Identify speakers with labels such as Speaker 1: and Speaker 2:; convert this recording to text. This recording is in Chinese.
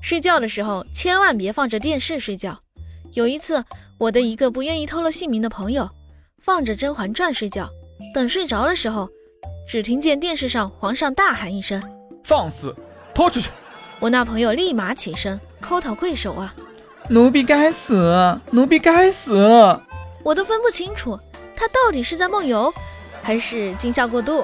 Speaker 1: 睡觉的时候千万别放着电视睡觉。有一次，我的一个不愿意透露姓名的朋友放着《甄嬛传》睡觉，等睡着的时候，只听见电视上皇上大喊一声
Speaker 2: 放肆，拖出去！：“
Speaker 1: 我那朋友立马起身，叩头跪首啊！”
Speaker 3: 奴婢该死，奴婢该死！
Speaker 1: 我都分不清楚他到底是在梦游，还是惊吓过度。